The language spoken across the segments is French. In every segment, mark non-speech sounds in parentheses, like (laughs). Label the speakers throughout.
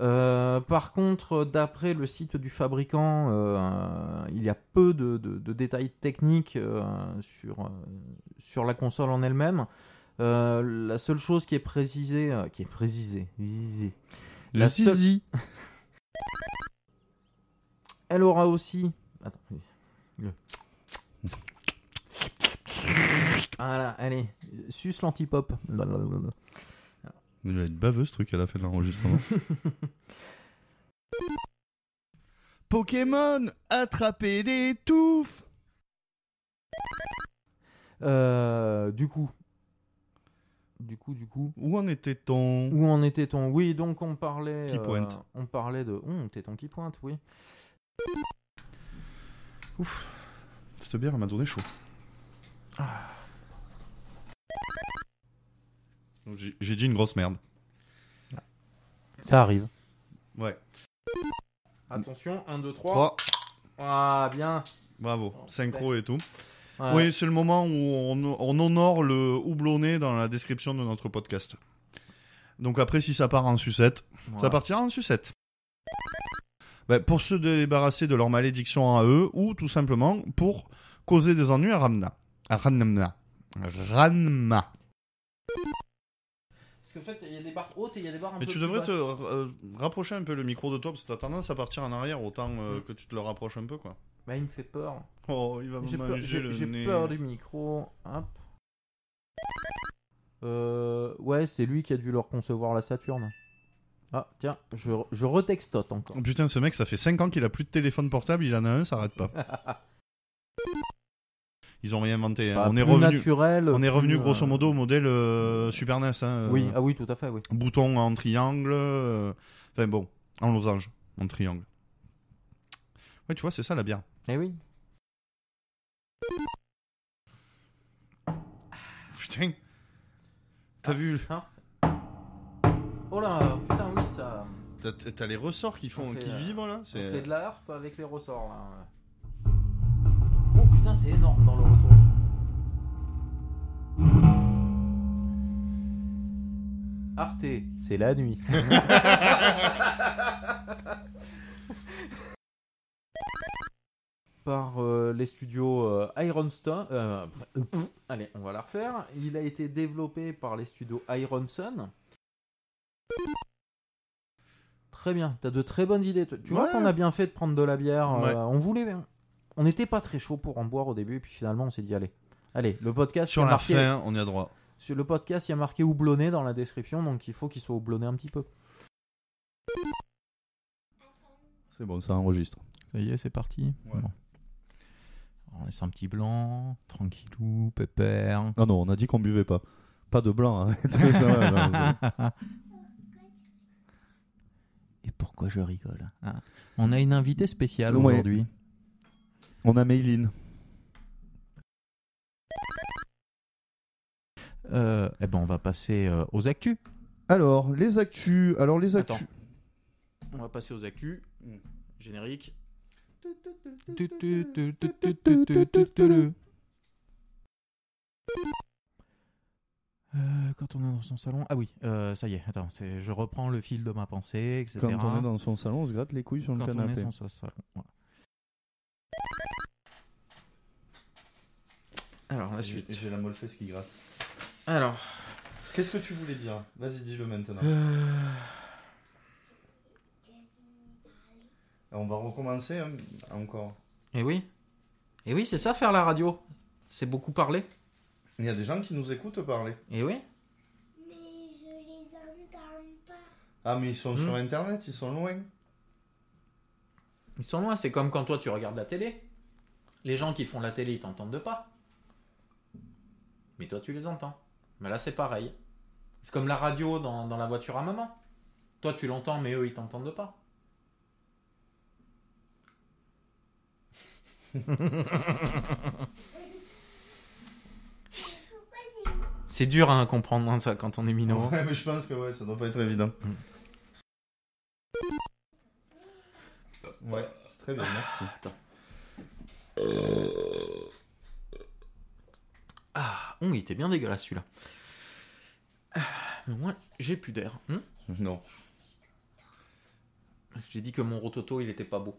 Speaker 1: Euh, par contre, d'après le site du fabricant, euh, il y a peu de, de- de détails techniques euh, sur, euh, sur la console en elle-même. Euh, la seule chose qui est précisée, euh, qui est précisée, visée,
Speaker 2: Le
Speaker 1: La seule-
Speaker 2: Sisi.
Speaker 1: (laughs) elle aura aussi. Attends, oui. le. Voilà, allez, suce l'antipop. Blablabla.
Speaker 2: Il va être baveux ce truc à la fin de l'enregistrement. (laughs) Pokémon, attraper des touffes
Speaker 1: Euh, du coup, du coup, du coup,
Speaker 2: Où en était-on
Speaker 1: Où en était-on Oui, donc on parlait.
Speaker 2: Qui
Speaker 1: euh,
Speaker 2: pointe.
Speaker 1: on parlait de. Hum, téton qui pointe, oui.
Speaker 2: Cette bière elle m'a donné chaud. Ah. Donc, J'ai j'ai dit une grosse merde.
Speaker 1: Ça arrive.
Speaker 2: Ouais.
Speaker 1: Attention, 1, 2, 3.
Speaker 2: 3,
Speaker 1: Ah, bien.
Speaker 2: bravo.
Speaker 1: Oh,
Speaker 2: Synchro et tout.
Speaker 1: Ouais.
Speaker 2: Oui, c'est le moment où on, on honore le houblonné dans la description de notre podcast. Donc après, si ça part en sucette,
Speaker 1: Voilà.
Speaker 2: Ça partira en sucette. Bah, pour se débarrasser de leur malédiction à eux, ou tout simplement pour causer des ennuis à Ramna. À Ranamna. Ranma.
Speaker 1: Parce qu'en fait, il y a des barres hautes et il y a des barres un
Speaker 2: Mais
Speaker 1: peu
Speaker 2: tu
Speaker 1: plus
Speaker 2: devrais te
Speaker 1: basses.
Speaker 2: euh, rapprocher un peu le micro de toi, parce que t'as tendance à partir en arrière, autant euh,
Speaker 1: Mm.
Speaker 2: que tu te le rapproches un peu, quoi.
Speaker 1: Bah, il me fait peur.
Speaker 2: Oh, il va me
Speaker 1: J'ai peur,
Speaker 2: manger
Speaker 1: j'ai-
Speaker 2: le
Speaker 1: j'ai
Speaker 2: nez.
Speaker 1: peur du micro. Hop. Euh, ouais, c'est lui qui a dû leur concevoir la Saturne. Ah, tiens, je, je retextote encore.
Speaker 2: Oh, putain, ce mec, ça fait 5 ans qu'il a plus de téléphone portable, il en a un, ça arrête pas.
Speaker 1: (laughs)
Speaker 2: Ils ont réinventé. hein.
Speaker 1: Bah,
Speaker 2: on, est
Speaker 1: plus
Speaker 2: revenu,
Speaker 1: naturel.
Speaker 2: on est revenu
Speaker 1: plus,
Speaker 2: grosso
Speaker 1: euh,
Speaker 2: modo au modèle euh, Super NES. hein, euh,
Speaker 1: Oui, ah oui, tout à fait, oui.
Speaker 2: bouton en triangle, euh, enfin bon, en losange, en triangle. Ouais, tu vois, c'est ça la bière.
Speaker 1: Eh oui.
Speaker 2: (laughs) Putain. T'as
Speaker 1: Ah.
Speaker 2: vu,
Speaker 1: Hein oh là, putain, oui, ça.
Speaker 2: t'as- t'as les ressorts qui font,
Speaker 1: On fait,
Speaker 2: qui
Speaker 1: euh,
Speaker 2: vibrent là.
Speaker 1: On fait
Speaker 2: C'est
Speaker 1: de la harpe avec les ressorts là. Oh putain, c'est énorme dans le retour. Arte, c'est la nuit. Par euh, les studios euh, Ironstone. euh, euh, pff, allez, on va la refaire. Il a été développé par les studios Ironson. Très bien, t'as de très bonnes idées. Tu tu vois
Speaker 2: Ouais.
Speaker 1: qu'on a bien fait de prendre de la bière. euh,
Speaker 2: Ouais.
Speaker 1: on voulait bien. On n'était pas très chaud pour en boire au début, et puis finalement on s'est dit allez. Allez, le podcast il
Speaker 2: sur
Speaker 1: y a
Speaker 2: la
Speaker 1: marqué,
Speaker 2: fin, on y a droit.
Speaker 1: sur le podcast, il y a marqué houblonné dans la description, donc il faut qu'il soit houblonné un petit peu.
Speaker 2: C'est bon, ça enregistre.
Speaker 3: Ça y est, c'est parti.
Speaker 2: Ouais.
Speaker 3: Bon. On laisse un petit blanc, tranquillou, pépère.
Speaker 2: Ah Non, non, on a dit qu'on buvait pas. Pas de blanc, hein. (laughs) arrête.
Speaker 3: (laughs) Et pourquoi je rigole hein On a une invitée spéciale
Speaker 2: Ouais.
Speaker 3: aujourd'hui.
Speaker 2: on a Mayline.
Speaker 3: Euh, eh ben, on va passer euh, aux actus.
Speaker 2: Alors, les actus. Alors, les
Speaker 3: actus- Attends. On va passer aux actus. Hmm. Générique. Euh, quand on est dans son salon. Ah oui, euh, ça y est, attends, c'est- je reprends le fil de ma pensée, etc.
Speaker 2: Quand on est dans son salon, on se gratte les couilles sur le
Speaker 3: Quand on est
Speaker 2: canapé.
Speaker 3: dans son salon. voilà. Alors, la suite.
Speaker 2: J'ai la molle fesse qui gratte.
Speaker 3: Alors.
Speaker 2: Qu'est-ce que tu voulais dire Vas-y, dis-le maintenant.
Speaker 3: euh,
Speaker 2: On va recommencer hein, encore.
Speaker 1: Eh oui. Eh oui, c'est ça faire la radio. C'est beaucoup parler.
Speaker 2: Il y a des gens qui nous écoutent parler.
Speaker 1: Eh oui.
Speaker 4: Mais je les entends pas.
Speaker 2: Ah, mais ils sont
Speaker 1: Hmm.
Speaker 2: sur internet, ils sont loin.
Speaker 1: Ils sont loin, c'est comme quand toi tu regardes la télé. Les gens qui font la télé, ils t'entendent pas. Mais toi tu les entends. Mais là c'est pareil. C'est comme la radio dans, dans la voiture à maman. Toi tu l'entends, mais eux ils t'entendent pas. C'est dur à comprendre hein, ça quand on est minot.
Speaker 2: (laughs) Ouais, mais je pense que ouais, ça doit pas être évident. Ouais, c'est très bien,
Speaker 1: (laughs)
Speaker 2: merci.
Speaker 1: Euh. Ah, on était bien dégueulasse celui-là.
Speaker 5: Mais moi, j'ai plus d'air. Hmm
Speaker 2: Non.
Speaker 5: j'ai dit que mon rototo, il était pas beau.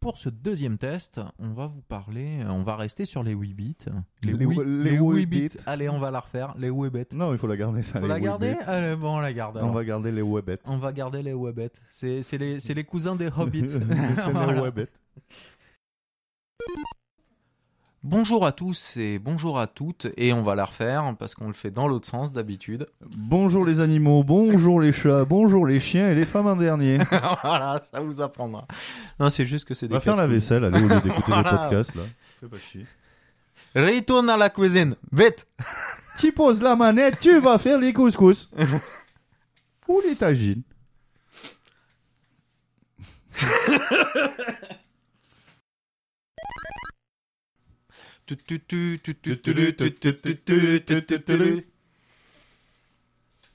Speaker 1: Pour ce deuxième test, on va vous parler, on va rester sur les 8 bits.
Speaker 2: Les
Speaker 1: Wii-
Speaker 2: Wii- les
Speaker 1: les
Speaker 2: Wii
Speaker 1: 8 bits.
Speaker 2: bits.
Speaker 1: Allez, on va la refaire, les Webettes.
Speaker 2: Non, il faut la garder, ça.
Speaker 1: Faut
Speaker 2: les
Speaker 1: la
Speaker 2: Wii
Speaker 1: garder
Speaker 2: Bits.
Speaker 1: Allez, bon, on la garde.
Speaker 2: On
Speaker 1: alors.
Speaker 2: va garder les Webettes.
Speaker 1: On va garder les Webettes. C'est c'est les, c'est les cousins
Speaker 2: (laughs)
Speaker 1: des Hobbits.
Speaker 2: C'est les
Speaker 1: (laughs) Voilà.
Speaker 2: Webettes.
Speaker 1: Bonjour à tous et bonjour à toutes. Et on va la refaire parce qu'on le fait dans l'autre sens d'habitude. (laughs)
Speaker 2: Bonjour les animaux, bonjour les chats, bonjour les chiens et les femmes en dernier.
Speaker 1: voilà, ça vous apprendra. Non, c'est juste que c'est
Speaker 2: On
Speaker 1: des.
Speaker 2: va faire la vaisselle, allez, au lieu d'écouter
Speaker 1: (laughs)
Speaker 2: le
Speaker 1: Voilà.
Speaker 2: podcast, là. Fais pas chier.
Speaker 1: casse-couilles. Retourne à la cuisine, vite
Speaker 2: Tu poses la manette, tu vas faire
Speaker 1: (laughs)
Speaker 2: les couscous. Ou les tagines.
Speaker 1: Tu, tu, tu, tu, tu, tu, tu, tu, tu, tu, tu, tu, tu, tu.
Speaker 2: T'as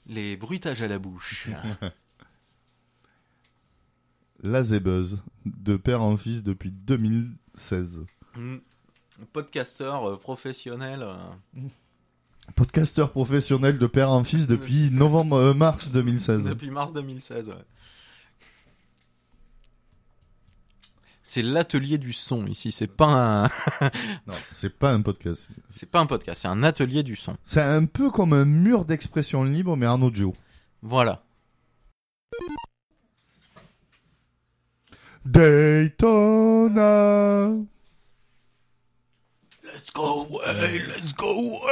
Speaker 1: Les bruitages à la
Speaker 2: (laughs)
Speaker 1: bouche.
Speaker 2: Lazebuzz, de père en fils depuis 2016.
Speaker 1: Mm.
Speaker 5: Hmm. Podcasteur euh, professionnel. euh,
Speaker 2: Podcasteur professionnel de père en fils depuis novembre, euh, mars 2016.
Speaker 5: Depuis mars 2016. ouais.
Speaker 1: C'est l'atelier du son ici, c'est pas un,
Speaker 2: Non, c'est pas un podcast.
Speaker 1: c'est pas un podcast, c'est un atelier du son.
Speaker 2: C'est un peu comme un mur d'expression libre, mais en audio.
Speaker 1: Voilà.
Speaker 2: Daytona
Speaker 1: Let's go away, let's go away.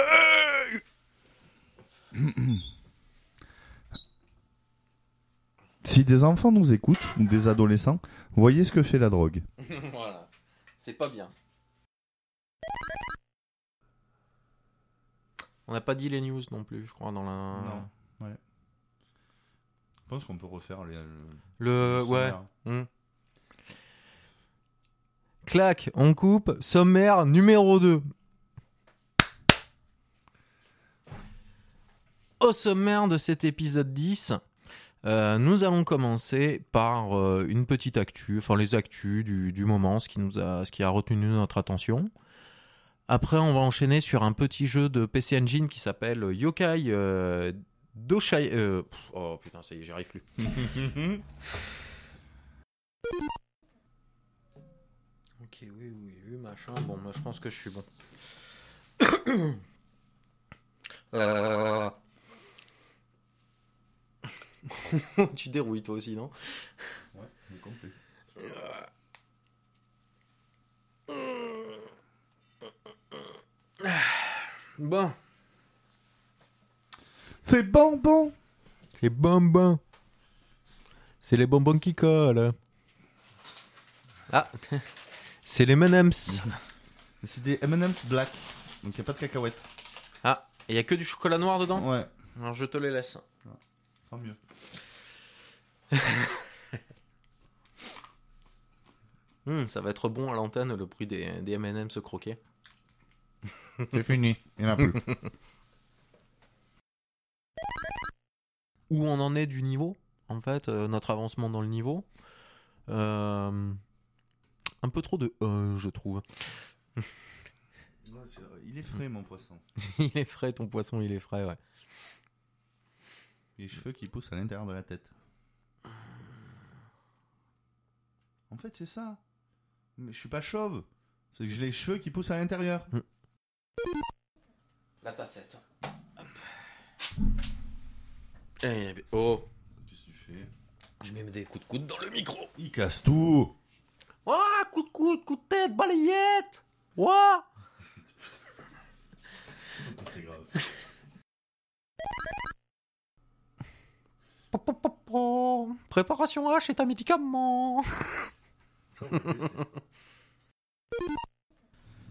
Speaker 2: Si des enfants nous écoutent, ou des adolescents, voyez ce que fait la drogue.
Speaker 5: (laughs) voilà. C'est pas bien.
Speaker 1: On n'a pas dit les news non plus, je crois dans la
Speaker 6: Non. Ouais. Je pense qu'on peut refaire les. Euh,
Speaker 1: le ouais. Clac, on coupe sommaire numéro 2. Au sommaire de cet épisode 10, euh, nous allons commencer par euh, une petite actu, enfin les actus du, du moment, ce qui, nous a, ce qui a retenu notre attention. Après, on va enchaîner sur un petit jeu de PC Engine qui s'appelle Yokai euh, Doshai. euh, pff, oh putain, ça y est, j'y arrive plus.
Speaker 5: Ok, oui, oui, oui, machin. Bon, moi, je pense que je suis bon. (coughs) Euh. (coughs) tu dérouilles toi aussi, non (coughs) Bon.
Speaker 2: C'est bonbon
Speaker 1: Les bonbons. C'est les bonbons qui collent. Ah, c'est les M&M's.
Speaker 6: C'est des MM's black. Donc il a pas de cacahuètes.
Speaker 1: Ah, il y a que du chocolat noir dedans
Speaker 6: Ouais,
Speaker 5: Alors, je te les laisse.
Speaker 6: tant mieux.
Speaker 1: Hum, Ça va être bon à l'antenne le bruit des, des M&M M&M's croqués.
Speaker 6: C'est fini.
Speaker 2: Il y en a (laughs) plus.
Speaker 1: Où on en est du niveau, en fait, euh, notre avancement dans le niveau. Euh, un peu trop de euh, je trouve. (laughs)
Speaker 6: il est frais, mon poisson.
Speaker 1: il est frais, ton poisson, il est frais, ouais.
Speaker 6: Les cheveux qui poussent à l'intérieur de la tête. En fait, c'est ça. Mais je suis pas chauve. C'est que j'ai les cheveux qui poussent à l'intérieur.
Speaker 5: La tassette. Eh, ben, oh,
Speaker 6: Qu'est-ce que tu fais
Speaker 5: je mets des coups de coude dans le micro.
Speaker 6: Il casse tout.
Speaker 1: Ouah, coup Oh, de coude, coup de tête, balayette Oh. Ouah
Speaker 6: C'est grave.
Speaker 1: Po, po, po, po. Préparation H est un médicament.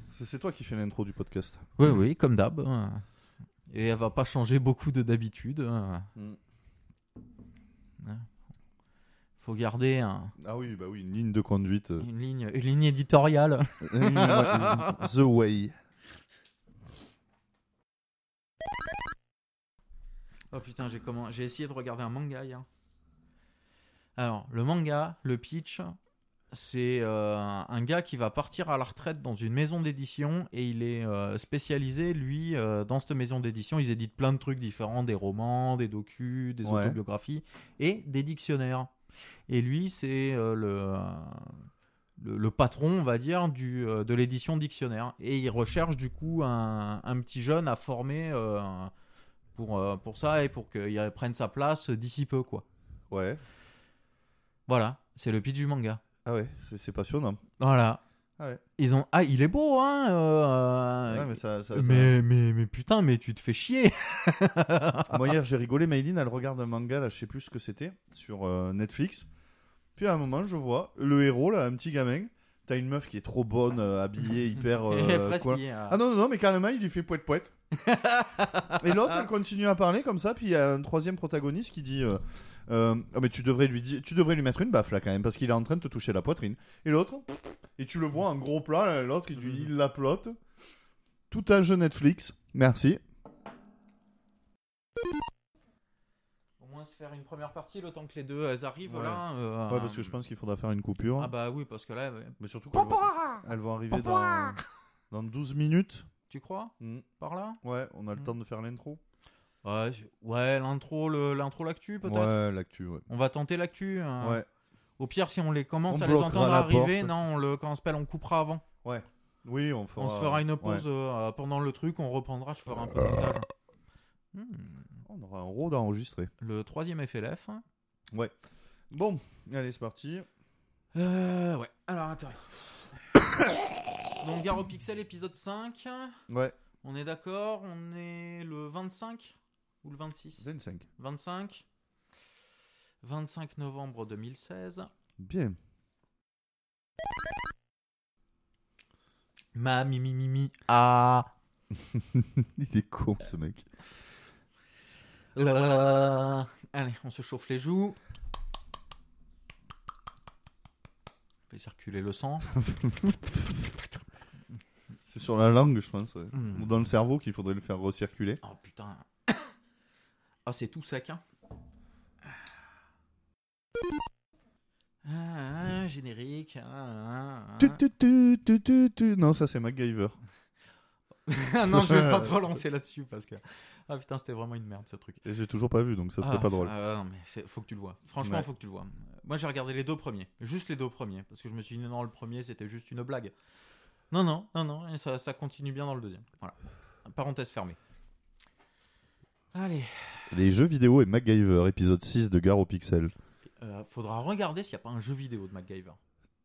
Speaker 2: C'est c'est toi qui fais l'intro du podcast.
Speaker 1: Oui, oui, comme d'hab. hein. Et elle va pas changer beaucoup de d'habitude. hein.
Speaker 2: Mm.
Speaker 1: Faut garder un-
Speaker 2: Ah oui, bah oui, une ligne de conduite. euh.
Speaker 1: une, ligne, une ligne éditoriale.
Speaker 2: The way.
Speaker 1: Oh putain, j'ai comment... j'ai essayé de regarder un manga hier. Alors, le manga, le pitch, c'est euh, un gars qui va partir à la retraite dans une maison d'édition et il est euh, spécialisé, lui, euh, dans cette maison d'édition. Ils éditent plein de trucs différents, des romans, des docus, des
Speaker 7: Ouais.
Speaker 1: autobiographies et des dictionnaires. Et lui, c'est euh, le, le, le patron, on va dire, du, euh, de l'édition dictionnaire. Et il recherche du coup un, un petit jeune à former euh, pour, euh, pour ça et pour qu'il prenne sa place d'ici peu, quoi.
Speaker 7: Ouais.
Speaker 1: Voilà, c'est le pitch du manga.
Speaker 7: Ah ouais, c'est c'est passionnant.
Speaker 1: Voilà.
Speaker 7: Ah ouais.
Speaker 1: Ils ont ah il est beau hein. euh,
Speaker 7: Ouais, mais ça, ça-
Speaker 1: mais,
Speaker 7: ça-
Speaker 1: mais mais putain mais tu te fais chier.
Speaker 7: Moi hier j'ai rigolé, Maïline elle regarde un manga, là je sais plus ce que c'était, sur euh, Netflix. Puis à un moment je vois le héros là, un petit gamin, t'as une meuf qui est trop bonne, euh, habillée, hyper...
Speaker 1: (laughs)
Speaker 7: (laughs) euh,
Speaker 1: Et presque,
Speaker 7: quoi.
Speaker 1: il y a-
Speaker 7: Ah non, non, non, mais carrément il lui fait poète poète. Et l'autre elle continue à parler comme ça, puis il y a un troisième protagoniste qui dit... euh, euh, Ah, mais tu devrais lui dire, tu devrais lui mettre une baffe là quand même parce qu'il est en train de te toucher la poitrine. Et l'autre, et tu le vois en gros plan, là, l'autre il, il la plotte. Tout un jeu Netflix. Merci.
Speaker 1: Au moins se faire une première partie le temps que les deux elles arrivent
Speaker 7: Ouais.
Speaker 1: là. euh,
Speaker 7: Ouais, parce que je pense qu'il faudra faire une coupure.
Speaker 1: Ah bah oui parce que là euh,
Speaker 7: Mais surtout qu'elles vont, elles vont arriver dans, dans 12 minutes.
Speaker 1: tu crois
Speaker 7: Mm.
Speaker 1: par là.
Speaker 7: Ouais, on a le
Speaker 1: Mm.
Speaker 7: temps de faire l'intro.
Speaker 1: Ouais je- ouais l'intro le l'intro l'actu peut-être.
Speaker 7: Ouais, l'actu, ouais.
Speaker 1: On va tenter l'actu. hein.
Speaker 7: Ouais.
Speaker 1: Au pire si on les commence
Speaker 7: On
Speaker 1: à les
Speaker 7: bloquera
Speaker 1: entendre
Speaker 7: la
Speaker 1: arriver
Speaker 7: porte.
Speaker 1: non on le comment ça s'appelle on coupera avant.
Speaker 7: Oui, on fera,
Speaker 1: On se fera une pause
Speaker 7: ouais.
Speaker 1: euh, pendant le truc on reprendra je ferai un peu de montage. Hmm,
Speaker 7: On aura un rôle d'enregistrer.
Speaker 1: Le troisième FLF.
Speaker 7: Bon, allez, c'est parti.
Speaker 1: Euh, ouais. Alors, attends. Donc, Garo Pixel, épisode 5.
Speaker 7: Ouais,
Speaker 1: On est d'accord On est le 25 Ou le 26
Speaker 7: 25.
Speaker 1: 25 25 novembre 2016.
Speaker 7: Bien.
Speaker 1: Ma mimi mimi. Ah
Speaker 7: Il est con, ce mec.
Speaker 1: La, la, la, la. Allez, on se chauffe les joues. On fait circuler le sang.
Speaker 7: C'est sur la langue, je pense. ouais.
Speaker 1: Hmm.
Speaker 7: Ou dans le cerveau qu'il faudrait le faire recirculer.
Speaker 1: Oh putain. (coughs) Ah, c'est tout sec, hein. Ah, ah, générique. ah, ah, ah.
Speaker 7: Tu, tu, tu, tu, tu, tu. Non, ça, c'est MacGyver.
Speaker 1: Ah (laughs) non, je
Speaker 7: (laughs)
Speaker 1: vais pas trop lancer là-dessus parce que. Ah putain, c'était vraiment une merde ce truc.
Speaker 7: Et j'ai toujours pas vu, donc ça serait
Speaker 1: Ah,
Speaker 7: pas drôle.
Speaker 1: ah, non, mais c'est- faut que tu le vois. Franchement,
Speaker 7: Ouais.
Speaker 1: faut que tu le vois. Euh, Moi, j'ai regardé les deux premiers. Juste les deux premiers. Parce que je me suis dit, non, le premier, c'était juste une blague. Non, non, non, non. et ça, ça continue bien dans le deuxième. Voilà. Parenthèse fermée. Allez.
Speaker 7: Les jeux vidéo et MacGyver, épisode 6 de Gare au Pixel.
Speaker 1: Euh, faudra regarder s'il n'y a pas un jeu vidéo de MacGyver.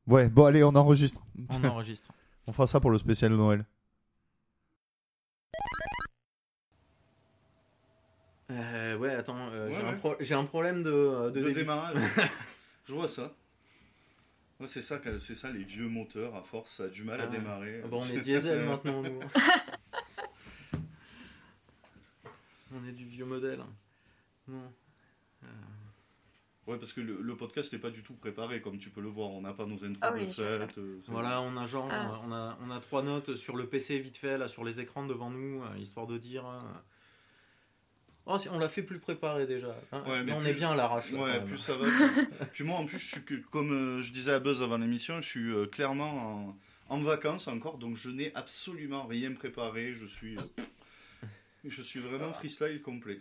Speaker 7: Ouais, bon, allez, on enregistre.
Speaker 1: On enregistre.
Speaker 7: On fera ça pour le spécial Noël.
Speaker 1: Euh, ouais, attends, euh,
Speaker 2: Ouais,
Speaker 1: j'ai, Un
Speaker 2: ouais.
Speaker 1: pro- j'ai un problème de, euh, de
Speaker 2: de,
Speaker 1: débit. (laughs)
Speaker 2: démarrage. je vois ça. Ouais, c'est ça, que- c'est ça, les vieux moteurs, à force, ça a du mal
Speaker 1: Ah
Speaker 2: à
Speaker 1: ouais.
Speaker 2: démarrer.
Speaker 1: Ah bah,
Speaker 2: (laughs)
Speaker 1: on est diesel maintenant, nous. on est du vieux modèle. hein. Non.
Speaker 2: Ouais, parce que le, le podcast n'est pas du tout préparé, comme tu peux le voir. On n'a pas nos intros
Speaker 8: Ah
Speaker 2: de
Speaker 8: oui, je vois ça.
Speaker 2: set, euh, c'est-
Speaker 1: Voilà, on a genre,
Speaker 8: Ah.
Speaker 1: on, a, on a trois notes sur le PC vite fait, là, sur les écrans devant nous, euh, histoire de dire. euh, Oh, si, on l'a fait plus préparé déjà. hein.
Speaker 2: Ouais,
Speaker 1: mais,
Speaker 2: mais
Speaker 1: on
Speaker 2: plus-
Speaker 1: est bien à l'arrache. là, quand
Speaker 2: Ouais,
Speaker 1: même.
Speaker 2: plus ça va. plus- Puis moi, en plus, je suis que- comme euh, je disais à Buzz avant l'émission, je suis euh, clairement en, en vacances encore, donc je n'ai absolument rien préparé. Je suis, euh, je suis vraiment
Speaker 1: Ah.
Speaker 2: freestyle complet.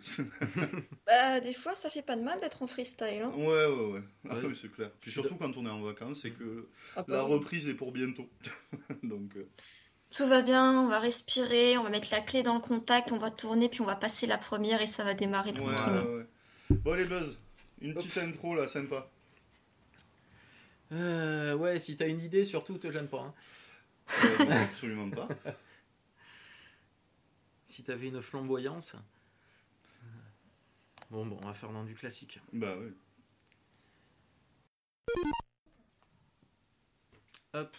Speaker 8: Bah, des fois, ça fait pas de mal d'être en freestyle. Hein.
Speaker 2: ouais, ouais, ouais. Ah
Speaker 1: Ouais.
Speaker 2: oui, c'est clair. Puis surtout quand on est en vacances, c'est que
Speaker 8: Ah bah
Speaker 2: la
Speaker 8: oui.
Speaker 2: reprise est pour bientôt. (laughs) donc, euh,
Speaker 8: Tout va bien, on va respirer, on va mettre la clé dans le contact, on va tourner, puis on va passer la première et ça va démarrer
Speaker 2: ouais,
Speaker 8: tranquillement.
Speaker 2: ouais, ouais. Bon, allez, Buzz, une petite intro là, sympa.
Speaker 1: Euh, ouais, si t'as une idée, surtout, te gêne pas. hein.
Speaker 2: Euh, non, absolument pas.
Speaker 1: Si t'avais une flamboyance. Bon, bon, on va faire dans du classique.
Speaker 2: Bah oui.
Speaker 1: Hop.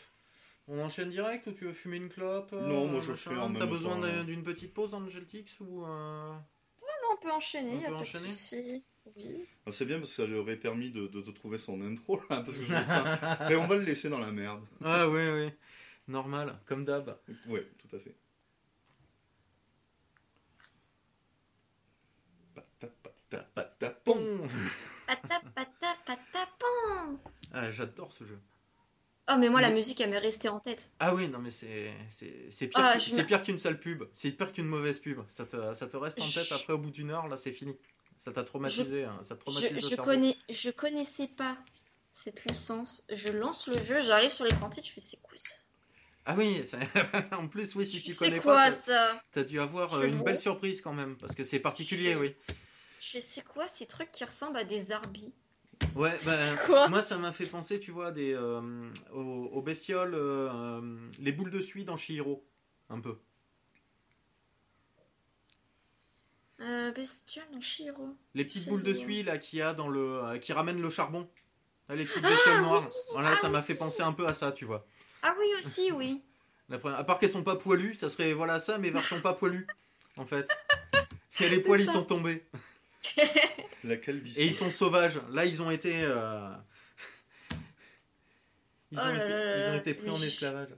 Speaker 1: On enchaîne direct ou tu veux fumer une clope euh,
Speaker 2: Non, moi, je
Speaker 1: machin
Speaker 2: fais en même
Speaker 1: T'as besoin
Speaker 2: temps, hein.
Speaker 1: d'un-
Speaker 2: ouais.
Speaker 1: d'une petite pause, Angeltix ou euh,
Speaker 8: Non, on peut enchaîner,
Speaker 1: On
Speaker 8: y a
Speaker 1: peut
Speaker 8: pas de
Speaker 1: enchaîner
Speaker 8: souci. Oui.
Speaker 2: Ah, C'est bien parce que ça lui aurait permis de, de- de trouver son intro là, parce que je
Speaker 1: (laughs)
Speaker 2: ça. Et on va le laisser dans la merde.
Speaker 1: Ah, ouais, ouais. Normal, comme d'hab.
Speaker 2: Ouais, tout à fait. Patapatapatapon.
Speaker 1: Bon.
Speaker 8: Pata, pata, pata, pan.
Speaker 1: Ah, j'adore ce jeu.
Speaker 8: Oh, mais moi, la
Speaker 1: Mais-
Speaker 8: musique, elle m'est restée en tête.
Speaker 1: Ah oui, non mais c'est c'est- c'est pire,
Speaker 8: Ah,
Speaker 1: que-
Speaker 8: je
Speaker 1: c'est
Speaker 8: me-
Speaker 1: pire qu'une sale pub, c'est pire qu'une mauvaise pub. Ça te, ça te reste en
Speaker 8: Je-
Speaker 1: tête après au bout d'une heure, là c'est fini. Ça t'a traumatisé, hein, ça te traumatise
Speaker 8: Je,
Speaker 1: le
Speaker 8: je
Speaker 1: cerveau.
Speaker 8: connais, je connaissais pas cette licence. Je lance le jeu, j'arrive sur l'écran titre, je fais c'est quoi ça
Speaker 1: Ah oui, (laughs) c'est- en plus oui si tu connais
Speaker 8: C'est quoi
Speaker 1: pas, t'as-
Speaker 8: ça
Speaker 1: t'as dû avoir euh,
Speaker 8: Je
Speaker 1: une
Speaker 8: vois.
Speaker 1: belle surprise quand même parce que c'est particulier,
Speaker 8: Je-
Speaker 1: oui.
Speaker 8: Je fais c'est quoi ces trucs qui ressemblent à des arbis
Speaker 1: Ouais, bah,
Speaker 8: C'est (laughs) quoi
Speaker 1: moi ça m'a fait penser, tu vois, des euh, aux, aux bestioles, euh, euh, les boules de suie dans Chihiro, un peu.
Speaker 8: euh, Bestiole dans Shiro.
Speaker 1: Les petites boules de
Speaker 8: Chihiro.
Speaker 1: suie là qu'il y a dans le, euh, qui ramènent le charbon. Là, les petites bestioles noires. voilà, ça m'a fait penser un peu à ça, tu vois.
Speaker 8: Ah oui aussi, oui.
Speaker 1: La première- À part qu'elles sont pas poilues, ça serait voilà ça, mais version pas poilue, en fait. Et les
Speaker 8: C'est
Speaker 1: poils, ils
Speaker 8: ça.
Speaker 1: sont tombés.
Speaker 2: La calvitie.
Speaker 1: Et ils sont sauvages. Là, ils ont été. euh, (laughs) Ils,
Speaker 8: Oh
Speaker 1: ont
Speaker 8: là
Speaker 1: été...
Speaker 8: là là
Speaker 1: ils ont
Speaker 8: là.
Speaker 1: été pris en
Speaker 8: Mais-
Speaker 1: esclavage.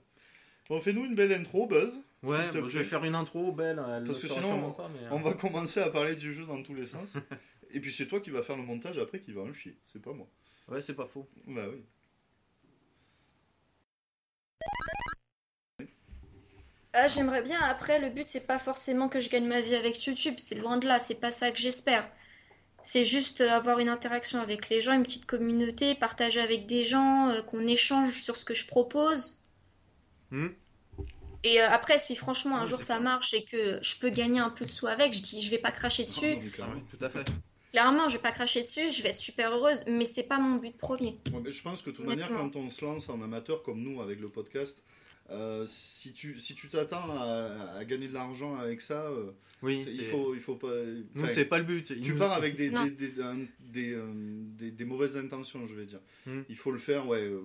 Speaker 2: Bon, fais-nous une belle intro, Buzz.
Speaker 1: Ouais,
Speaker 2: S'il te
Speaker 1: bon, je vais
Speaker 2: plaît.
Speaker 1: faire une intro belle. Elle
Speaker 2: Parce
Speaker 1: le
Speaker 2: que
Speaker 1: fera
Speaker 2: sinon,
Speaker 1: sûrement pas, mais, euh,
Speaker 2: On va commencer à parler du jeu dans tous les sens. (laughs) Et puis c'est toi qui vas faire le montage après qui va en chier. C'est pas moi.
Speaker 1: Ouais, c'est pas faux.
Speaker 2: Bah oui.
Speaker 8: Ah j'aimerais bien. Après le but c'est pas forcément que je gagne ma vie avec YouTube, c'est loin de là. C'est pas ça que j'espère. C'est juste euh, avoir une interaction avec les gens, une petite communauté, partager avec des gens, euh, qu'on échange sur ce que je propose.
Speaker 1: Hmm.
Speaker 8: Et euh, après, si franchement un
Speaker 1: Ouais,
Speaker 8: jour
Speaker 1: c'est
Speaker 8: ça
Speaker 1: clair.
Speaker 8: marche et que je peux gagner un peu de sous avec, je dis je vais pas cracher dessus.
Speaker 2: Non, mais
Speaker 1: Ah
Speaker 2: clairement.
Speaker 1: oui, tout à fait.
Speaker 8: Clairement, je vais pas cracher dessus, je vais être super heureuse, mais c'est pas mon but premier.
Speaker 2: Ouais, mais je pense que de toute manière,
Speaker 8: Honnêtement.
Speaker 2: quand on se lance en amateur comme nous avec le podcast, euh, si tu si tu t'attends à, à gagner de l'argent avec ça, euh,
Speaker 1: Oui,
Speaker 2: c'est- il
Speaker 1: c'est-
Speaker 2: faut il faut pas.
Speaker 1: Nous,
Speaker 2: enfin,
Speaker 1: c'est pas le but. Ils
Speaker 2: tu
Speaker 1: nous-
Speaker 2: pars avec des
Speaker 8: Non.
Speaker 2: des, des- un- des, euh, des- des mauvaises intentions, je vais dire.
Speaker 1: Hmm.
Speaker 2: Il faut le faire, ouais, euh,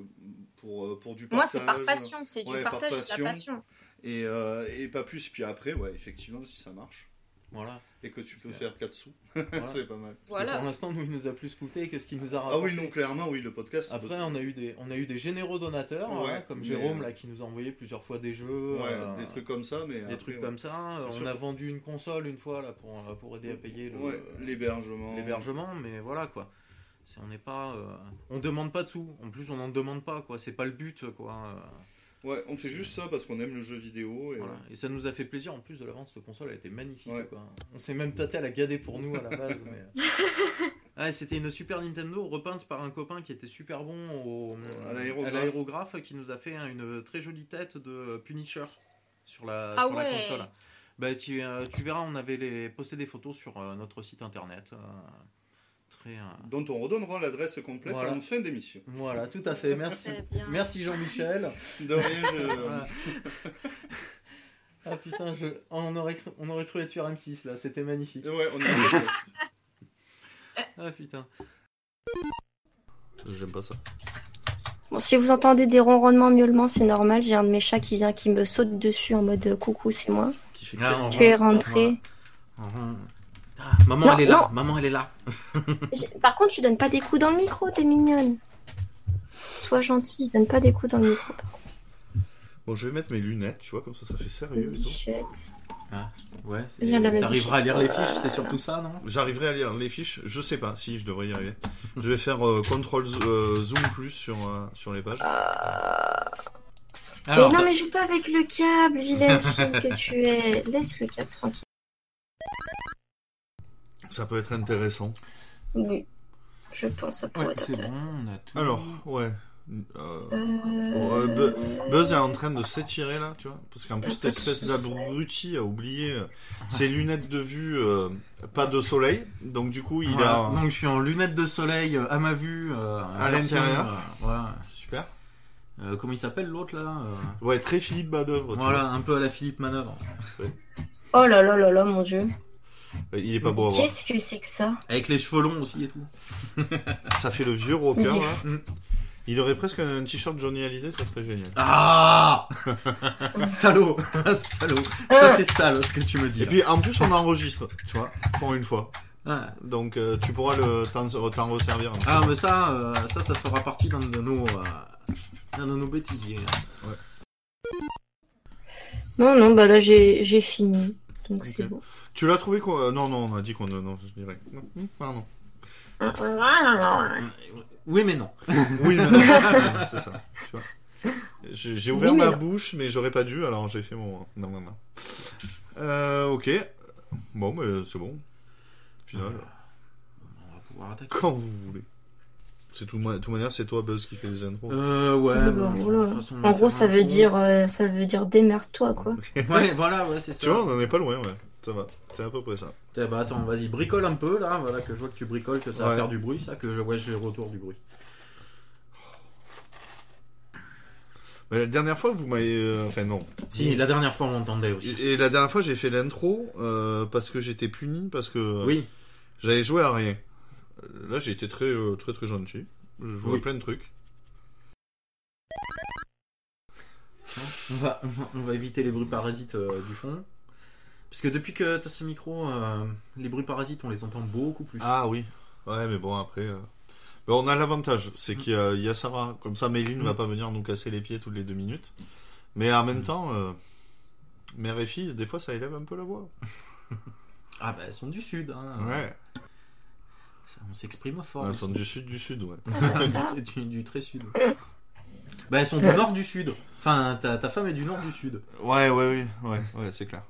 Speaker 2: pour euh, pour du
Speaker 8: Moi,
Speaker 2: partage.
Speaker 8: c'est par passion, c'est
Speaker 2: ouais,
Speaker 8: du
Speaker 2: par
Speaker 8: partage, c'est de la passion.
Speaker 2: Et, euh, et pas plus. Puis après, ouais, effectivement, si ça marche
Speaker 1: Voilà.
Speaker 2: et que tu peux
Speaker 1: Super.
Speaker 2: faire 4 sous, (laughs)
Speaker 1: Voilà.
Speaker 2: c'est pas mal.
Speaker 1: Et
Speaker 8: Voilà.
Speaker 1: Pour l'instant, nous, il nous a plus coûté que ce qu'il nous a
Speaker 2: Ah
Speaker 1: rapporté.
Speaker 2: oui, non, clairement, oui, le podcast. c'est
Speaker 1: Après, on a eu des, on a eu des généraux donateurs,
Speaker 2: Ouais,
Speaker 1: hein, comme
Speaker 2: mais- euh,
Speaker 1: Jérôme là, qui nous a envoyé plusieurs fois des jeux,
Speaker 2: Ouais,
Speaker 1: euh,
Speaker 2: des trucs comme ça, mais.
Speaker 1: des trucs comme ça.
Speaker 2: C'est
Speaker 1: Euh, On
Speaker 2: sûr.
Speaker 1: a vendu une console une fois là pour, euh, pour aider à payer le- euh,
Speaker 2: Ouais, l'hébergement.
Speaker 1: l'hébergement, mais voilà quoi. C'est- on n'est pas, euh, on demande pas de sous. En plus, on n'en demande pas quoi. C'est pas le but quoi. Euh,
Speaker 2: Ouais, on fait
Speaker 1: C'est-
Speaker 2: juste ça parce qu'on aime le jeu vidéo. Et...
Speaker 1: voilà. Et ça nous a fait plaisir. En plus de la vente, cette console elle était magnifique.
Speaker 2: Ouais.
Speaker 1: quoi. On s'est même tâté à la gader pour nous à la base. mais-
Speaker 8: (laughs)
Speaker 1: Ah, et c'était une Super Nintendo repeinte par un copain qui était super bon au,
Speaker 2: À l'aérographe.
Speaker 1: l'aérographe, qui nous a fait hein, une très jolie tête de Punisher sur la,
Speaker 8: Ah
Speaker 1: sur la
Speaker 8: ouais.
Speaker 1: console. Bah, tu, euh, tu verras, on avait les, posté des photos sur euh, notre site internet. euh, très, euh,
Speaker 2: Dont on redonnera l'adresse complète
Speaker 1: Voilà.
Speaker 2: en fin d'émission.
Speaker 1: Voilà, tout à fait, merci.
Speaker 8: Très bien.
Speaker 1: Merci Jean-Michel. (laughs)
Speaker 2: De rien, je-
Speaker 1: Voilà. ah putain, je- on, aurait cru... on aurait cru être sur M6 là, c'était magnifique.
Speaker 2: Ouais, on est-
Speaker 1: Ah putain.
Speaker 2: J'aime pas ça.
Speaker 9: Bon, si vous entendez des ronronnements, miaulements, c'est normal. J'ai un de mes chats qui vient, qui me saute dessus en mode euh, coucou, c'est moi.
Speaker 2: Qui fait
Speaker 1: Ah, on-
Speaker 9: Tu es rentré.
Speaker 1: Ah, maman,
Speaker 9: Non,
Speaker 1: elle est là,
Speaker 9: non.
Speaker 1: maman, elle est là.
Speaker 9: J'ai- Par contre, tu donnes pas des coups dans le micro, t'es mignonne. Sois gentille, donne pas des coups dans le micro. par
Speaker 7: Bon, je vais mettre mes lunettes, tu vois, comme ça, ça fait
Speaker 9: contre,
Speaker 7: sérieux
Speaker 9: bichette.
Speaker 1: Ouais,
Speaker 9: Il y en avait
Speaker 1: t'arriveras à lire les
Speaker 9: plus.
Speaker 1: fiches, c'est surtout ça, non
Speaker 7: J'arriverai à lire les fiches, je sais pas si je devrais y arriver. Je vais faire euh, contrôle z- euh, zoom plus sur, euh, sur les pages.
Speaker 9: Mais
Speaker 1: Alors, bah-
Speaker 9: non, mais joue pas avec le câble, vilaine fille
Speaker 1: (laughs)
Speaker 9: que tu es. Laisse le câble tranquille.
Speaker 7: Ça peut être intéressant.
Speaker 9: Oui. Je pense ça
Speaker 1: ouais,
Speaker 9: pourrait être
Speaker 1: c'est bon,
Speaker 9: intéressant.
Speaker 1: on a tout.
Speaker 7: Alors, ouais. Euh,
Speaker 9: Euh,
Speaker 7: ouais, Bu-
Speaker 1: bah-
Speaker 7: Buzz est en train de s'étirer là, tu vois, parce qu'en plus cette espèce d'abruti a oublié euh, ses lunettes de vue, euh, pas de soleil, donc du coup il
Speaker 1: Voilà,
Speaker 7: a
Speaker 1: Donc je suis en lunettes de soleil, euh, à ma vue. euh,
Speaker 7: À
Speaker 1: version,
Speaker 7: l'intérieur.
Speaker 1: euh, voilà.
Speaker 7: Ah, super,
Speaker 1: Euh, comment il s'appelle l'autre là Euh,
Speaker 7: ouais très Philippe Badœuvre, tu
Speaker 1: Voilà, un peu à la Philippe Manœuvre.
Speaker 9: Oh là là là là, mon dieu.
Speaker 7: vois. il est pas
Speaker 1: bah.
Speaker 7: beau à voir,
Speaker 9: Qu'est-ce que c'est que ça
Speaker 1: Avec les cheveux longs aussi et tout.
Speaker 7: ça fait le vieux rocker
Speaker 9: Il est
Speaker 7: là. Il aurait presque un t-shirt Johnny Hallyday, ça serait génial. (laughs)
Speaker 1: Ah Salaud (laughs) Salaud Ça c'est sale ce que tu me dis.
Speaker 7: Et puis en plus on enregistre, tu vois, pour une fois.
Speaker 1: Ah,
Speaker 7: Donc euh, tu pourras le t'en t'en resservir.
Speaker 1: ah, mais ça, euh, ça, ça fera partie d'un de nos, euh, d'un de nos bêtisiers.
Speaker 9: Non, non, bah là j'ai j'ai fini. Donc c'est
Speaker 7: Ok.
Speaker 9: bon.
Speaker 7: Tu l'as trouvé quoi Euh, Non non, on a dit qu'on non, je dirais. Non, pardon.
Speaker 1: Oui mais non.
Speaker 7: (laughs) Oui, mais non, c'est ça. Tu vois. J'ai j'ai ouvert
Speaker 9: Oui, mais
Speaker 7: ma
Speaker 9: non.
Speaker 7: bouche, mais j'aurais pas dû, alors j'ai fait mon. Non, non, non. Euh, ok. Bon, mais c'est bon. Au Final,
Speaker 1: euh, On va pouvoir attaquer.
Speaker 7: quand vous voulez. C'est tout, de toute manière, c'est toi, Buzz, qui fait les intros.
Speaker 1: Euh, ouais.
Speaker 9: Oui,
Speaker 1: bon,
Speaker 9: bah,
Speaker 1: de toute
Speaker 9: voilà.
Speaker 1: façon, on va
Speaker 9: En gros,
Speaker 1: faire
Speaker 9: ça
Speaker 1: un
Speaker 9: veut
Speaker 1: tour.
Speaker 9: dire, euh, ça veut dire démerde-toi, quoi.
Speaker 1: (laughs) Ouais, voilà, ouais, c'est ça.
Speaker 7: Tu vois, on en est pas loin, ouais. Ça va. C'est à peu près ça.
Speaker 1: Eh ben, attends, vas-y, bricole un peu là, voilà que je vois que tu bricoles, que ça va
Speaker 7: Ouais.
Speaker 1: faire du bruit, ça, que je ouais, j'ai le retour du bruit.
Speaker 7: Mais la dernière fois, vous m'avez. euh, Enfin, non.
Speaker 1: Si, la dernière fois on l'entendait aussi.
Speaker 7: Et et la dernière fois, j'ai fait l'intro euh, parce que j'étais puni, parce que
Speaker 1: Oui,
Speaker 7: j'avais joué à rien. Euh, Là, j'ai été très, euh, très, très gentil. Je jouais
Speaker 1: Oui.
Speaker 7: à plein de trucs.
Speaker 1: on va, on va- on va éviter les bruits parasites euh, du fond. Parce que depuis que t'as ce micro, euh, les bruits parasites, on les entend beaucoup plus.
Speaker 7: Ah oui. Ouais, mais bon, après. euh, ben, on a l'avantage, c'est qu'il y a, il y a Sarah. Comme ça, Méline
Speaker 1: Mm.
Speaker 7: va pas venir nous casser les pieds toutes les deux minutes. Mais en même temps, euh, mère et fille, des fois, ça élève un peu la voix.
Speaker 1: Ah bah, elles sont du sud. Hein.
Speaker 7: Ouais.
Speaker 1: Ça, On s'exprime fort.
Speaker 7: Elles
Speaker 1: (laughs)
Speaker 7: sont du sud, du sud, ouais.
Speaker 1: du, du- du très sud. bah, elles sont du nord du sud. Enfin, ta, ta femme est du nord du sud.
Speaker 7: Ouais, ouais, ouais, ouais, ouais, c'est clair.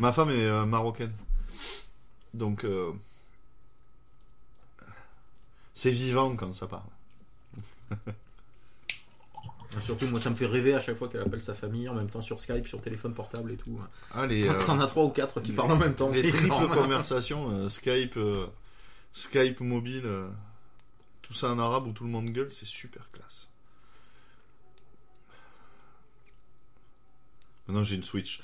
Speaker 7: Ma femme est euh, marocaine. Donc, euh, c'est vivant quand ça parle.
Speaker 1: Surtout, moi, ça me fait rêver à chaque fois qu'elle appelle sa famille, en même temps sur Skype, sur téléphone portable et tout.
Speaker 7: Ah, les, euh,
Speaker 1: T'en as trois ou quatre qui
Speaker 7: les-
Speaker 1: parlent en même temps.
Speaker 7: les
Speaker 1: c'est
Speaker 7: triples
Speaker 1: énorme.
Speaker 7: conversations, euh, Skype, euh, Skype mobile, euh, tout ça en arabe où tout le monde gueule, c'est super classe. Maintenant, j'ai une Switch.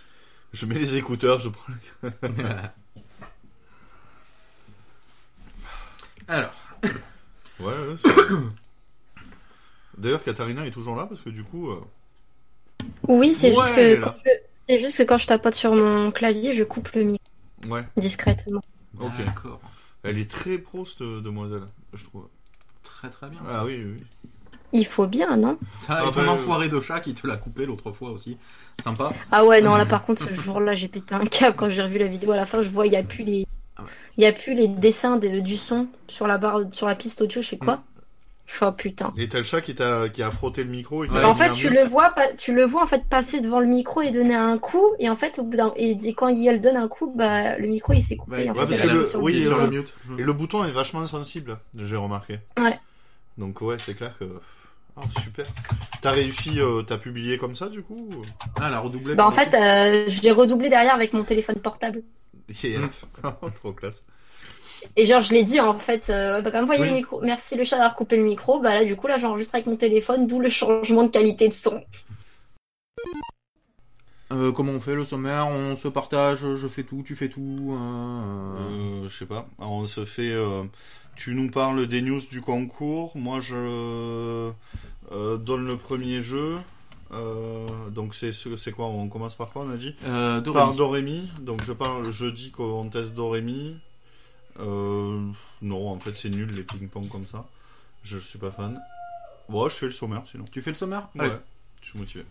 Speaker 7: Je mets les écouteurs, je prends...
Speaker 1: Alors,
Speaker 7: Ouais, ouais, c'est- (coughs) D'ailleurs, Katharina est toujours là parce que du coup... euh,
Speaker 9: Oui, c'est juste
Speaker 7: Ouais,
Speaker 9: que
Speaker 7: là.
Speaker 9: Euh, quand je... c'est juste que quand je tapote sur mon clavier, je coupe le micro
Speaker 7: Ouais,
Speaker 9: discrètement.
Speaker 7: ok.
Speaker 1: d'accord.
Speaker 7: Elle est très pro, cette demoiselle, je trouve.
Speaker 1: Très très bien.
Speaker 7: Ah oui, oui. oui.
Speaker 9: Il faut bien, non
Speaker 1: Ah, et
Speaker 7: Ah
Speaker 1: ton
Speaker 7: bah,
Speaker 1: enfoiré de chat qui te l'a coupé l'autre fois aussi. Sympa.
Speaker 9: Ah ouais, non, là par contre, ce jour-là, j'ai pété un câble quand j'ai revu la vidéo. À la fin, je vois, il y a plus les,
Speaker 1: Ah ouais.
Speaker 9: il y a plus les dessins de- du son sur la barre, sur la piste audio. Je sais quoi Je suis oh, putain.
Speaker 7: Et t'as le chat qui, t'a- qui a frotté le micro et qui
Speaker 1: Ouais,
Speaker 7: a
Speaker 9: en
Speaker 7: mis
Speaker 9: fait,
Speaker 7: un
Speaker 9: tu
Speaker 7: mute.
Speaker 9: le vois, pas- tu le vois en fait passer devant le micro et donner un coup, et en fait, au bout d'un, et d- quand il le donne un coup, bah le micro il s'est coupé.
Speaker 1: Ouais,
Speaker 9: en
Speaker 7: ouais,
Speaker 9: fait,
Speaker 7: parce
Speaker 9: il
Speaker 7: que
Speaker 9: a
Speaker 7: le-
Speaker 9: mis sur
Speaker 7: oui,
Speaker 1: Il est
Speaker 9: bouton.
Speaker 1: sur
Speaker 7: euh,
Speaker 1: le mute.
Speaker 9: Mm.
Speaker 7: Et le bouton est vachement sensible, j'ai remarqué.
Speaker 9: Ouais.
Speaker 7: Donc ouais, c'est clair que... Ah, super. T'as réussi, euh, t'as publié comme ça, du coup
Speaker 1: Ah, la redoublée.
Speaker 9: Bah en
Speaker 1: pour le
Speaker 9: fait, euh, je l'ai redoublé derrière avec mon téléphone portable.
Speaker 7: (laughs) Yeah.
Speaker 9: Mm.
Speaker 7: (laughs) Trop classe.
Speaker 9: Et genre, je l'ai dit en fait, euh, bah, comme vous voyez
Speaker 1: Oui.
Speaker 9: le micro, merci le chat d'avoir coupé le micro, bah là du coup là j'enregistre avec mon téléphone, d'où le changement de qualité de son.
Speaker 1: coup. Euh, comment on fait le sommaire On se partage, je fais tout, tu fais tout. euh,
Speaker 7: Euh, je sais pas. Alors, on se fait... euh, Tu nous parles des news du concours. Moi, je euh, donne le premier jeu. Euh, donc c'est ce- c'est quoi On commence par quoi, on a dit
Speaker 1: euh, Dorémy.
Speaker 7: par Dorémy, donc je parle jeudi qu'on teste Dorémy. Euh, non, en fait c'est nul les ping-pong comme ça. Je suis pas fan. Bon, je fais le sommaire sinon.
Speaker 1: Tu fais le sommaire
Speaker 7: Ouais,
Speaker 1: Allez.
Speaker 7: je
Speaker 1: (coughs)
Speaker 7: suis motivé.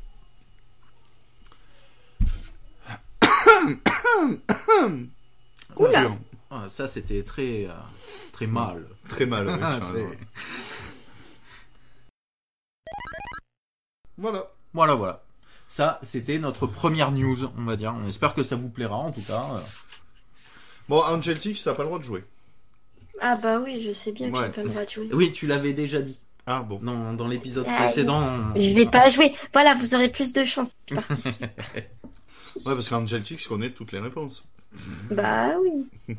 Speaker 7: Dur.
Speaker 1: Ah, ça, c'était très, euh, très mal.
Speaker 7: Très mal. oui,
Speaker 1: Ah,
Speaker 7: ça,
Speaker 1: très-
Speaker 7: ouais. Voilà.
Speaker 1: Voilà, voilà. Ça, c'était notre première news, on va dire. On espère que ça vous plaira, en tout cas. Euh,
Speaker 7: Bon, Angeltic, t'as pas le droit de jouer.
Speaker 9: Ah bah oui, je sais bien
Speaker 7: que Ouais. tu
Speaker 9: peux me rajouter.
Speaker 1: Oui, tu l'avais déjà dit.
Speaker 7: Ah bon.
Speaker 1: Dans, dans l'épisode
Speaker 9: Ah,
Speaker 1: précédent. on-
Speaker 9: Je vais pas jouer. Voilà, vous aurez plus de chance. Je participe.
Speaker 7: Ouais, parce qu'Angeltic connaît toutes les réponses.
Speaker 9: bah oui.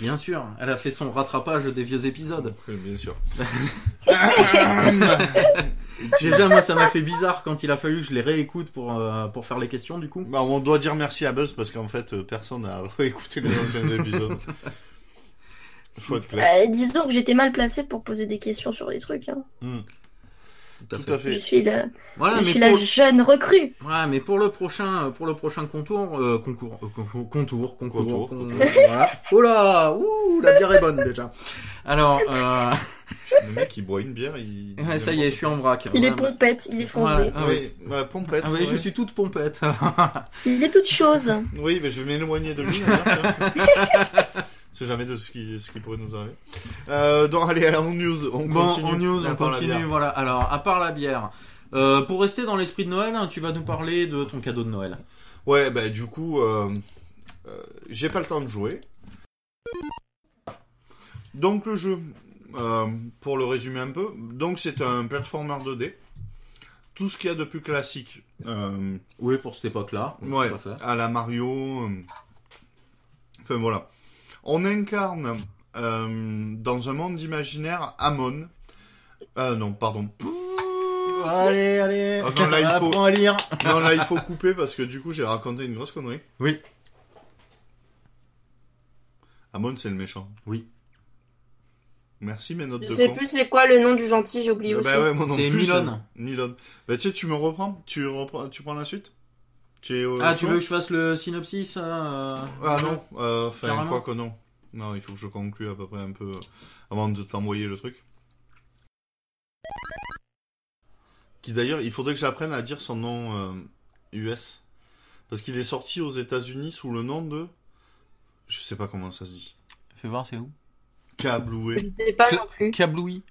Speaker 1: Bien sûr, elle a fait son rattrapage des vieux épisodes.
Speaker 7: Oui, Bien sûr.
Speaker 1: Déjà, moi, ça m'a fait bizarre quand il a fallu que je les réécoute pour, euh, pour faire les questions, du coup.
Speaker 7: Bah, on doit dire merci à Buzz parce qu'en fait, euh, personne n'a (laughs) réécouté les anciens (laughs) épisodes. Faut être clair.
Speaker 9: Euh, disons que j'étais mal placée pour poser des questions sur les trucs. hein.
Speaker 7: Eh, Tout à
Speaker 9: Je
Speaker 7: fait.
Speaker 9: suis la,
Speaker 1: Voilà,
Speaker 9: je
Speaker 1: Ah, mais
Speaker 9: suis la
Speaker 1: pour,
Speaker 9: jeune recrue.
Speaker 1: ouais, mais pour le prochain, pour le prochain contour, euh, concours, euh, con- contour, concours,
Speaker 7: Contour,
Speaker 1: con-
Speaker 7: contour.
Speaker 1: voilà. Oh là, ouh, la bière est bonne déjà. Alors, euh,
Speaker 7: Le mec, il boit une bière. Il...
Speaker 1: ouais, Ah, ça y est, je suis en vrac.
Speaker 9: Il est
Speaker 1: Voilà.
Speaker 9: pompette, il est foncé.
Speaker 1: Voilà.
Speaker 7: Ah
Speaker 1: Ah oui.
Speaker 7: oui, voilà, pompette.
Speaker 1: Ah oui,
Speaker 7: ouais.
Speaker 1: je suis toute
Speaker 7: (laughs)
Speaker 1: pompette.
Speaker 9: Il est toute chose.
Speaker 7: Oui, mais je vais m'éloigner de lui. d'ailleurs. (laughs) C'est jamais de ce qui, ce qui pourrait nous arriver. Euh, donc, allez, alors, en news, on
Speaker 1: Bon,
Speaker 7: continue.
Speaker 1: en news,
Speaker 7: À
Speaker 1: on
Speaker 7: part la
Speaker 1: continue.
Speaker 7: bière.
Speaker 1: Voilà. Alors, à part la bière, Euh, pour rester dans l'esprit de Noël, hein, tu vas nous parler de ton cadeau de Noël.
Speaker 7: Ouais, bah du coup, euh, euh, j'ai pas le temps de jouer. Donc le jeu, euh, pour le résumer un peu, donc c'est un platformer 2D. Tout ce qu'il y a de plus classique, euh,
Speaker 10: Oui, pour cette époque-là. oui,
Speaker 7: ouais,
Speaker 10: tout à fait.
Speaker 7: à la Mario. euh, Enfin voilà. On incarne euh, dans un monde imaginaire Amon. Euh, non, pardon.
Speaker 1: Allez, allez.
Speaker 7: Ah non, là, il faut-
Speaker 1: Apprends à lire.
Speaker 7: Non, là, il faut couper parce que du coup, j'ai raconté une grosse connerie.
Speaker 1: Ah,
Speaker 10: Oui.
Speaker 7: Amon, c'est le méchant.
Speaker 10: Oui.
Speaker 7: Merci, mes notes
Speaker 9: Je
Speaker 7: de
Speaker 9: sais
Speaker 7: con.
Speaker 9: plus c'est quoi le nom du gentil, j'ai oublié aussi.
Speaker 7: Bah ouais, moi non
Speaker 1: C'est
Speaker 7: plus,
Speaker 1: Milon.
Speaker 7: ça- Milon. Bah tu sais, tu me reprends tu, reprends tu prends la suite tu es au-
Speaker 1: Ah, tu veux que je fasse le synopsis hein, euh,
Speaker 7: Ah non, euh, enfin,
Speaker 1: Carrément.
Speaker 7: quoi que non. Non, il faut que je conclue à peu près un peu euh, avant de t'envoyer le truc. Qui d'ailleurs, il faudrait que j'apprenne à dire son nom euh, US. Parce qu'il est sorti aux États-Unis sous le nom de. Je sais pas comment ça se dit.
Speaker 10: Fais voir, c'est où
Speaker 7: Cabloué.
Speaker 9: Je sais pas non plus.
Speaker 10: Cabloui.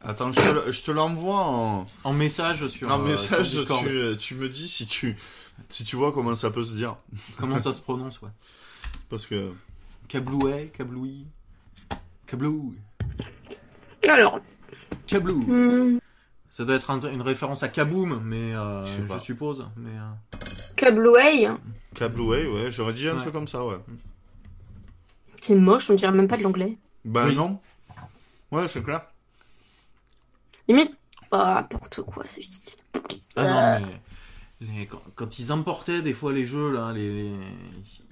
Speaker 7: Attends, je te, le- je te l'envoie en,
Speaker 1: En message sur,
Speaker 7: en
Speaker 1: euh,
Speaker 7: message.
Speaker 1: sur Discord.
Speaker 7: Tu, euh, tu me dis si tu, si tu vois comment ça peut se dire.
Speaker 1: Comment ça se prononce, ouais.
Speaker 7: Parce que.
Speaker 1: Cablouet, Cabloui. Cablou.
Speaker 9: Alors,
Speaker 1: Cablou.
Speaker 9: hmm,
Speaker 1: Ça doit être un- une référence à Kaboom, mais euh,
Speaker 7: Je sais
Speaker 1: je
Speaker 7: pas.
Speaker 1: suppose. Mais, euh,
Speaker 9: Cablouay,
Speaker 7: Cabloué, ouais, j'aurais dit un
Speaker 1: Ouais.
Speaker 7: truc comme ça, ouais.
Speaker 9: c'est moche, on dirait même pas de l'anglais.
Speaker 7: Bah
Speaker 1: Oui.
Speaker 7: non. Ouais, c'est clair.
Speaker 9: Limite, ah, n'importe quoi ce style.
Speaker 1: Ah non, mais les- quand, quand ils importaient des fois les jeux, là, les, les-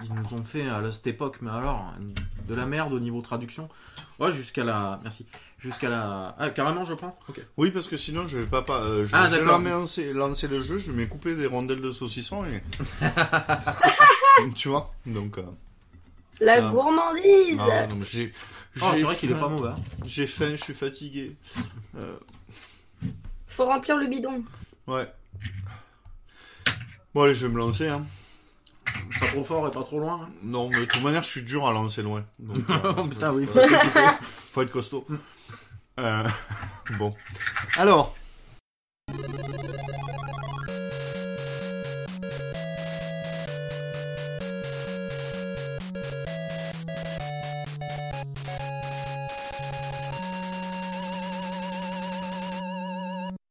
Speaker 1: ils nous ont fait à la- cette époque, mais alors, de la merde au niveau traduction. Ouais, jusqu'à la. Merci. Jusqu'à la. Ah, carrément, je prends Ok.
Speaker 7: Oui, parce que sinon, je vais pas. pas euh, je
Speaker 1: Ah,
Speaker 7: vais
Speaker 1: d'accord.
Speaker 7: jamais lancer, lancer le jeu, je vais couper des rondelles de
Speaker 1: (laughs)
Speaker 7: saucisson et. tu vois Donc. euh,
Speaker 9: La
Speaker 7: Ah.
Speaker 9: gourmandise
Speaker 7: ah ouais, non, mais j'ai.
Speaker 1: Oh,
Speaker 7: j'ai
Speaker 1: c'est vrai qu'il est
Speaker 7: faim.
Speaker 1: pas mauvais. hein.
Speaker 7: J'ai faim, je suis fatigué.
Speaker 9: Faut remplir le bidon.
Speaker 7: Ouais. Bon, allez, je vais me lancer. Hein.
Speaker 1: Pas trop fort et pas trop
Speaker 7: (laughs)
Speaker 1: loin. hein.
Speaker 7: Non, mais de toute manière, je suis dur à lancer loin.
Speaker 1: (laughs)
Speaker 7: Donc, euh,
Speaker 1: Oh putain, oui.
Speaker 7: faut, (laughs) faut être costaud. Euh, bon. Alors.